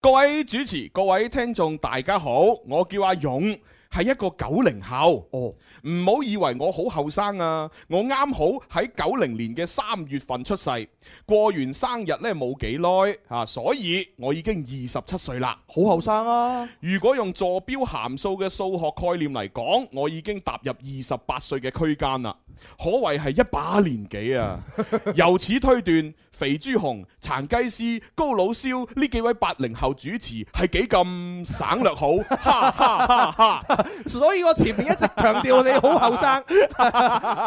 各位主持、各位聽眾，大家好，我叫阿勇，係一個九零後。哦，唔好以為我好後生啊！我啱好喺九零年嘅三月份出世，過完生日呢冇幾耐啊，所以我已經二十七歲啦。好後生啊！如果用坐標函數嘅數學概念嚟講，我已經踏入二十八歲嘅區間啦，可謂係一把年紀啊！由此推斷，肥豬紅、殘雞絲、高老蕭呢幾位八零後主持係幾咁省略好，哈哈哈哈！所以我前面一直強調你好後 生，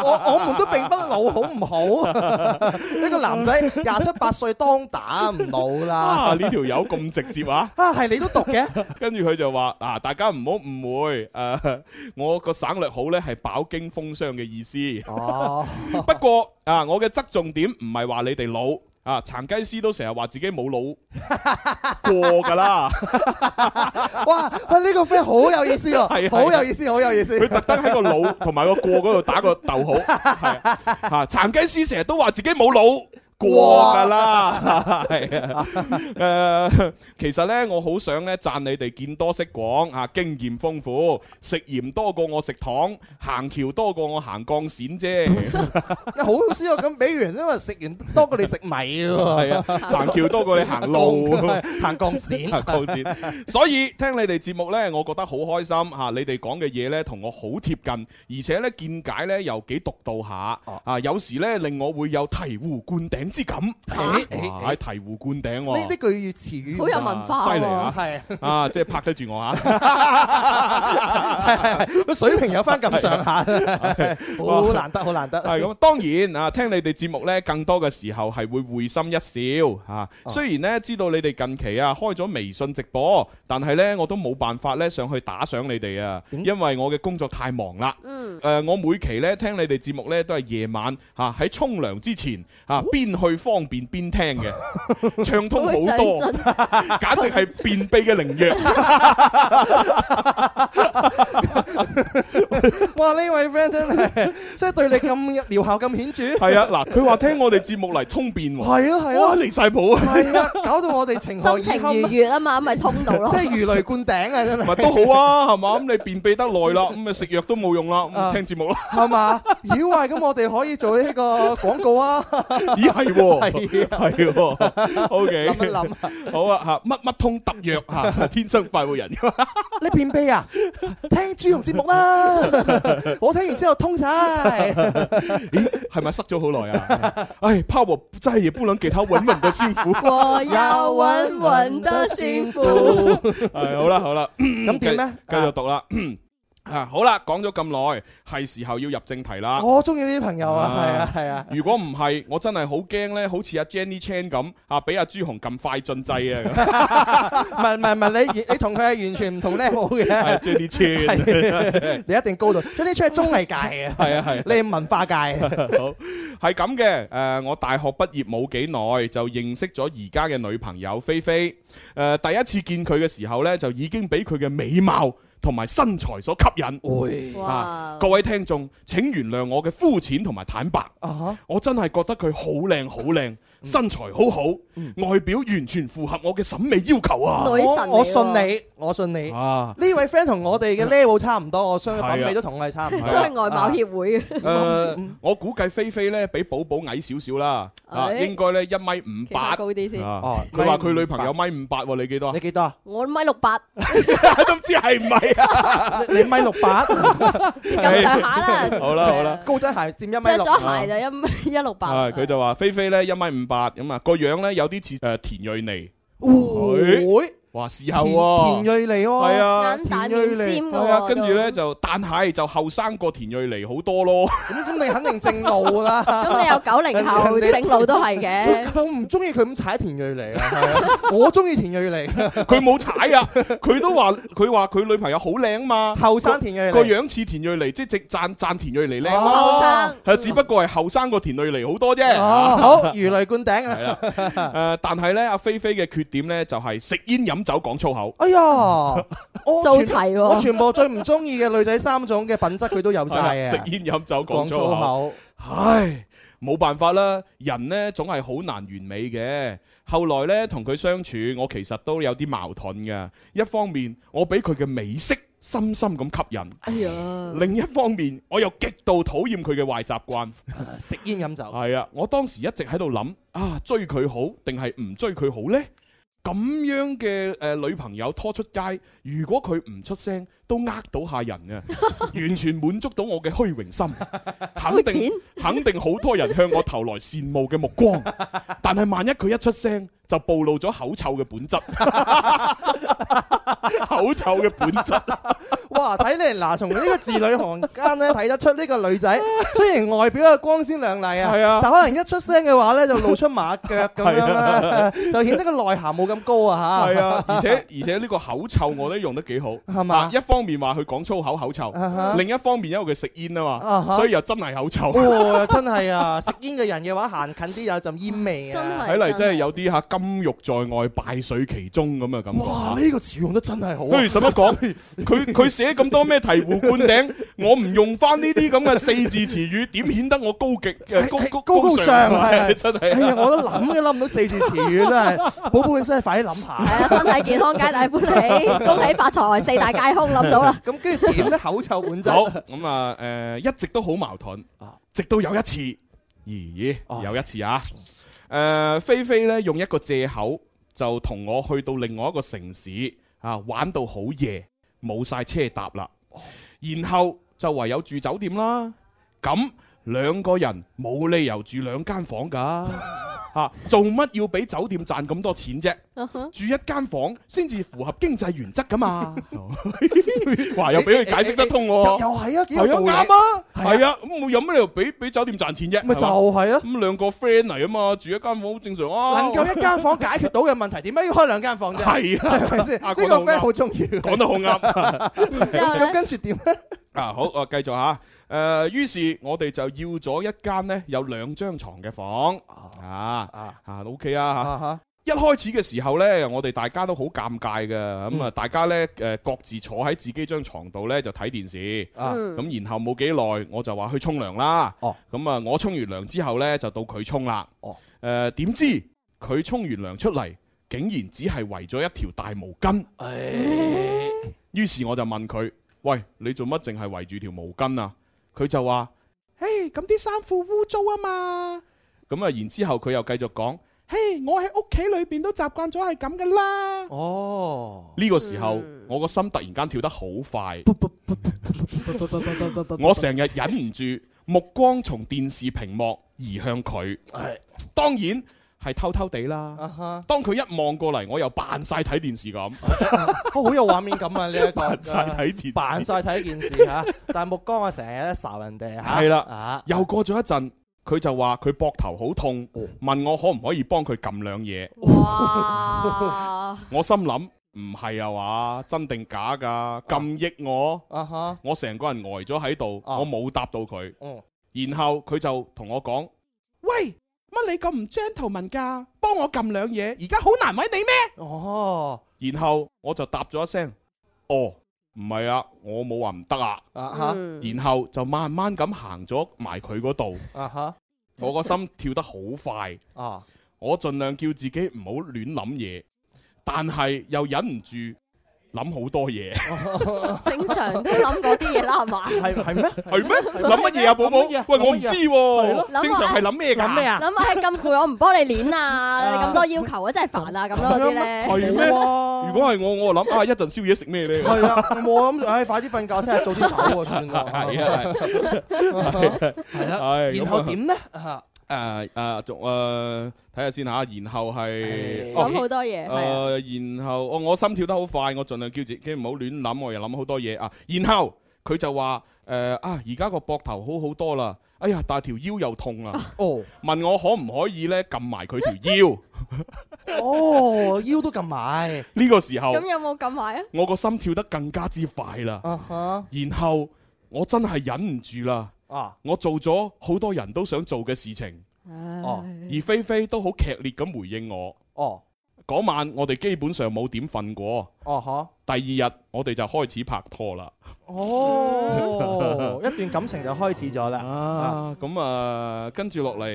我我們都並不老，好唔 好？一個男仔廿七八歲當打唔老啊，啦。呢條友咁直接啊！啊，係你都讀嘅，跟住佢就話：嗱、大家唔好誤會，誒、我個省略號呢係飽經風霜嘅意思。 哦，不過啊，我嘅側重點唔係話你哋老。啊！殘雞師都成日話自己冇腦過㗎啦，哦哇，喂，呢個 friend 好有意思係 係喎，好有意思，好有意思佢，特登喺個腦同埋個過嗰度打個逗號，係啊啊！殘雞師成日都話自己冇腦過㗎啦，係啊！誒、其實呢，我好想呢讚你哋見多識廣啊，經驗豐富，食鹽多過我食糖，行橋多過我行鋼線啫。好好笑咁比完，因為食完多過你食米 喎，系啊， 行橋多過你行路。行鋼 線，行路線啊所以聽你哋節目呢，我覺得好開心嚇。你哋講嘅嘢呢，同我好貼近，而且呢見解呢又幾獨到下哦啊！有時呢，令我會有醍醐灌頂之感。誒誒哇係醍醐灌頂啊呢喎，呢句詞語好有文化啊犀利喎啊！係啊，即係拍得住我啊嚇。個水平有翻咁上下， 好難得，好難得。係咁，當然啊，聽你哋節目呢，更多嘅時候係會會心一笑嚇。雖然呢，知道你哋近期啊開咗微信直播，但係呢，我都冇辦法呢上去打賞你哋啊，點因為我嘅工作太忙啦。嗯誒、，我每期咧聽你哋節目咧都係夜晚嚇喺沖涼之前嚇、啊、邊去方便邊聽嘅，暢通會好上多，進，簡直係便秘嘅靈藥。哇！呢位 friend 真係，即係對你咁有療效咁顯著，係係啊，嗱，佢話聽我哋節目嚟通便喎，啊係哇啊離晒譜啊，係啊，搞到我哋情何以心情堪，愉即悦啊嘛，咪通到咯。係如雷灌頂啊！真係咪都好啊，係嘛？咁你便秘得耐啦，咁咪食藥都冇用啦，咁啊聽節目 啦。係嘛？妖啊！咁我哋可以做呢個廣告啊！咦係喎，係啊係喎，OK，諗一諗，好啊嚇，乜乜通揼藥嚇， 天生快活人。你便秘啊？聽朱紅節目啦！我聽完之後通 晒。咦，係咪塞咗好耐啊？唉，怕我再也不能給他穩穩的幸福。 我要穩穩的幸福。 係好啦，好啦，咁點咧？繼續讀啦。 啊，好啦，講咗咁耐，係時候要入正題啦。我中意呢啲朋友啊，係啊，係啊。如果唔係，我真係好驚咧，好似阿 Jenny Chan 咁啊，俾阿朱紅咁快進制 啊！唔係唔係唔係，你完你同佢係完全唔同 level 係嘅， Jenny Chan， 係你一定高度。所以呢出係綜藝界嘅，係啊係啊。你係文化界嘅。 好，係咁嘅。诶、我大學畢業冇幾耐就認識咗而家嘅女朋友菲菲。诶、第一次見佢嘅時候呢，就已經俾佢嘅美貌同埋身材所吸引。會哇！各位聽眾，請原諒我嘅膚淺同埋坦白，啊我真係覺得佢好靚好靚，身材好好，外表完全符合我嘅審美要求啊！嗯女神嚟喎我我信你，我信你。啊，呢位 friend 同我哋嘅 level 差唔多，我相係啊信品味都同我哋差唔都多。係外貌協會嘅，誒、我估計菲菲呢比寶寶矮少少啦，啊，哎應該呢一米五 其八他。高啲先。啊哦佢話佢女朋友米五八喎，你幾多啊你？幾多啊？我米六八，都唔知係唔係啊？你你米六 八，咁上下啦。好啦好啦高踭鞋佔一米着六。咗鞋就 一一六八。啊，佢就話菲菲呢一米五八咁啊，個樣呢有啲似誒田蕊妮，會哇，事後田田喎，瑞妮喎，哎係啊。眼大面尖嘅係啊，喎，跟住呢都就，但係就後生過田蕊妮好多咯。 咁咁你肯定正路㗎啦。咁你有九零後人哋正路都係嘅。啊我唔中意佢咁踩田瑞妮啦，係啊我中意田瑞 妮，佢冇踩啊，佢都話佢話佢女朋友好靚嘛，後生田瑞妮。個樣似田蕊妮，即係直讚讚田蕊妮靚 哦咯。後生係啊只不過係後生過田蕊妮好多啫。 哦，好，如雷灌頂啊！係啦，誒，但係呢，阿菲菲嘅缺點呢，就係食煙飲酒講粗口。哎 呀，我做全齊我喎，全部最唔中意嘅女仔三種嘅品質佢都有晒係啦啊嘅食，煙飲酒講啊講粗粗口。口，唉，冇辦法啦，人呢總係好難完美嘅。後來呢，同佢相處，我其實都有啲矛盾嘅。一方面，我俾佢嘅美色深深咁吸引；哎呀，另一方面，我又極度討厭佢嘅壞習慣。食煙 飲酒，係啊，我當時一直喺度諗啊，追佢好定係唔追佢好呢？咁樣嘅誒、呃女朋友拖出街，如果佢唔出聲，都呃到下人 嘅，完全滿足到我嘅虛榮心，肯膚定淺，肯定好多人向我投來羨慕嘅目 光。但係萬一佢一出聲，就暴露咗口臭嘅 本質，口臭嘅本質。哇！睇嚟嗱，從呢個字裏行間咧睇得出呢個 女仔，雖然外表係光鮮亮麗係啊啊，但可能一出聲嘅話咧就露出馬腳咁 樣係啊啦，就顯得個內涵冇咁高啊係啊，而且而且呢個口臭我都用得幾好，係嘛啊一方面話佢講粗口口臭嚇。，啊哈另一方面因為佢食煙啊啊嘛，哈所以又真係口臭。 哦，真係啊！食煙嘅人嘅話，行近啲有陣煙味啊！真係睇嚟真係有啲吓金玉在外，敗絮其中咁嘅感覺。哇！呢個詞用得真係好不如啊！使乜 講？佢佢寫咁多咩醍醐灌頂，我唔用翻呢啲咁嘅四字詞語，點顯得我高極誒係高係高高尚係係 係真哎係呀，啊。我都諗都諗唔到四字詞語真係，寶寶你真係快啲諗下。 係啊，身體健康，皆大歡 喜，Ờ, 恭喜發財，四大皆空，諗到啦，咁跟住點咧？口臭本好質。咁啊誒，一直都好矛盾啊，直到有一次，咦啊咦，有一次啊，誒菲菲咧用一個借口就同我去到另外一個城市啊，玩到好夜，冇晒車搭啦，哦然後就唯有住酒店啦。咁兩個人冇理由住兩間房 㗎。啊！做乜要俾酒店賺咁多錢啫？Uh-huh 住一間房先至符合經濟原則㗎 嘛！ 哇！又俾佢解釋得通又喎又，係啊，幾有係道理。啊啱啊，係啊係啊，咁我有咩理由俾俾酒店賺錢啫？咪就係嘛係咯，咁兩個 friend 嚟啊嘛，住一間房好正常啊。能夠一間房解決到嘅問題，點解要開兩間 房啫？係 啊，係咪先？啊呢講個得好啱 friend 好中意。講得好啱然之後咁咧，跟住點咧？啊！好，我繼續嚇。誒，於是我哋就要咗一間呢有兩張床嘅房啊啊啊，OK 啊嚇。啊一開始嘅時候呢，我哋大家都好尷尬嘅，咁啊，嗯大家呢，誒各自坐喺自己張床度呢，就睇電視。啊嗯，咁然後冇幾耐，我就話去沖涼啦。哦，咁啊，我沖完涼之後呢，就到佢沖啦。哦，誒點知佢沖完涼出嚟，竟然只係圍咗一條大毛巾。哈！於是我就問佢：，喂，你做乜淨係圍住條毛巾啊？佢就話：，誒，咁啲衫褲污糟啊嘛。咁啊，然之後佢又繼續講：，嘿，我喺屋企裏邊都習慣咗係咁噶啦。哦，呢個時候，嗯我個心突然間跳得好快， 我成日忍唔住目光從電視屏幕移向佢，係當然係偷偷地啦。啊哈，當佢一望過嚟，我又扮晒睇電視咁，啊好有畫面感啊！呢一個 扮晒睇電視，扮晒睇件事嚇，但係目光啊成日咧睄人哋嚇。係啦啊又過咗一陣，佢就話佢膊頭好痛哦，問我可唔可以幫佢撳兩嘢。哇，我心諗唔係啊話，真定假㗎？咁益我，啊哈，我成個人呆咗喺度，啊我冇答到佢。哦，然後佢就同我講：，喂，乜你咁唔 gentleman 㗎？幫我撳兩嘢，而家好難為你咩？哦，然後我就答咗一聲：，哦，唔係啊，我冇話唔得啊。啊哈，嗯然後就慢慢咁行咗埋佢嗰度，啊哈，我個心跳得好快。啊，我盡量叫自己唔好亂諗嘢，但係又忍唔住諗好多 嘢，正常都諗嗰啲嘢啦，係嘛？係係咩？係咩？諗乜嘢啊，寶寶？諗乜嘢啊喂，我唔知咯喎，正常係諗咩㗎？諗咩？啊？諗下咁攰，我唔幫你攣啊！你咁多要求啊，真係煩啊！咁樣嗰啲咧，係咩哇如果係我，我就 諗啊，一陣宵夜食咩咧？係啊，我諗住，唉，快啲瞓覺，聽日早啲走喎，算啦。 係啊， 係。係啦。然咁後啊點咧？啊誒誒，仲誒睇下先嚇，然後係唉哦諗好多嘢，係啊，誒，然後我哦我心跳得好快，我盡量叫自己唔好亂諗，我又諗好多嘢啊。然後佢就話誒啊，而家個膊頭好好多啦，哎呀，但係條腰又痛啦，哦，問我可唔可以咧撳埋佢條腰？ 哦，腰都撳埋。呢個時候咁有冇咁埋啊？我個心跳得更加之快啦，啊哈，然後我真係忍唔住啦，啊，我做咗好多人都想做嘅事情，哦嗯而菲菲都好劇烈咁回應我。哦，嗰晚我哋基本上冇點瞓過，哦，第二日我哋就開始拍拖啦。哦，一段感情就開始咗啦，啊，咁啊，跟住落嚟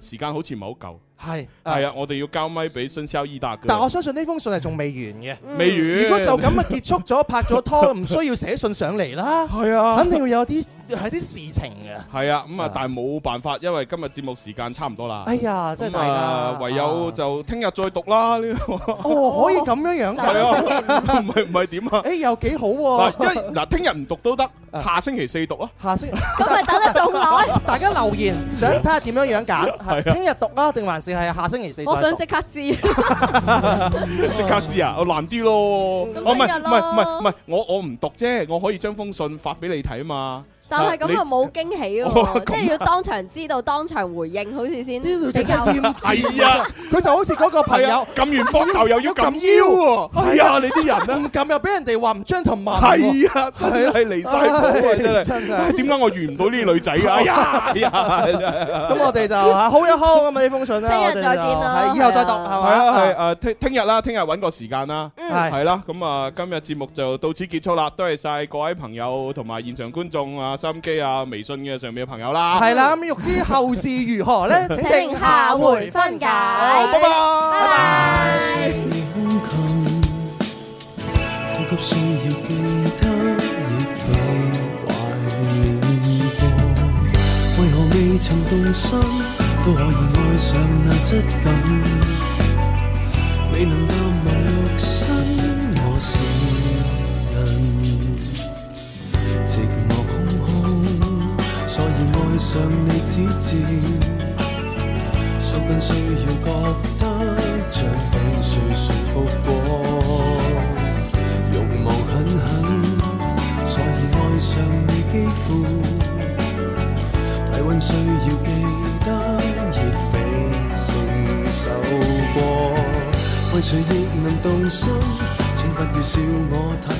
時間好似唔係好夠。係係啊，我哋要交咪俾孫肖伊達哥。但我相信呢封信係仲未完嘅。未完。如果就咁啊結束咗拍咗拖，唔需要寫信上 嚟啦，係啊肯。定會有啲係啲事情嘅。係啊，咁啊啊，但係冇辦法，因為今日節目時間差唔多啦。哎呀，真咁係大啊家，唯有就聽日再讀啦。呢 個哦，可以咁樣樣但係㗎，啊到星期五唔係唔係點啊？誒哎又幾好喎嗱，。一嗱，聽日唔讀都得，哦啊下星期四讀啊。下星期咁咪等得 仲耐， 大家留言嗯想睇下點樣樣揀，係聽日讀啊，定還是係下星期四再讀？我想即刻知。即刻知啊，我難啲咯。咁哦，唔係聽唔日咯係唔係唔係，我我唔讀啫，我可以將封信發俾你睇嘛。啊但係咁又冇驚喜哦喎，即係要當場知道、當場回應，好似先呢女比仔真較係厭係啊，佢就好似嗰個朋係友啊，撳完膊頭又要撳要腰喎。係啊，你啲人啊。哎唔撳又俾人哋話唔將同文喎，係啊，真係離晒譜啊，真係。真係唉。點解我遇唔到呢啲女仔 啊？哎呀，哎呀，真係咁我哋就嚇好一好咁啊呢封信啦，聽日我哋就再見啦係以後再讀係啊係係啊，係嘛？啊，聽聽日啦，聽日揾個時間啦。係係啦，咁啊，今日節目就到此結束啦，多謝晒各位朋友同埋現場觀眾啊、收音機啊、微信嘅上面嘅朋友啦。係啦，咁欲知後事如何咧？ 請聽請下回分解好，拜拜拜。拜。你胸襟，呼吸需要記得，亦被懷念過。為何未曾動心，都可以愛上那質感？未能淡忘肉身，我是人，寂寞空空，所以愛上你指尖。數緊需要覺得像被誰馴服過，慾望狠狠，所以愛上你肌膚。體温需要記得，亦被承受過。為誰亦能動心，請不要笑我太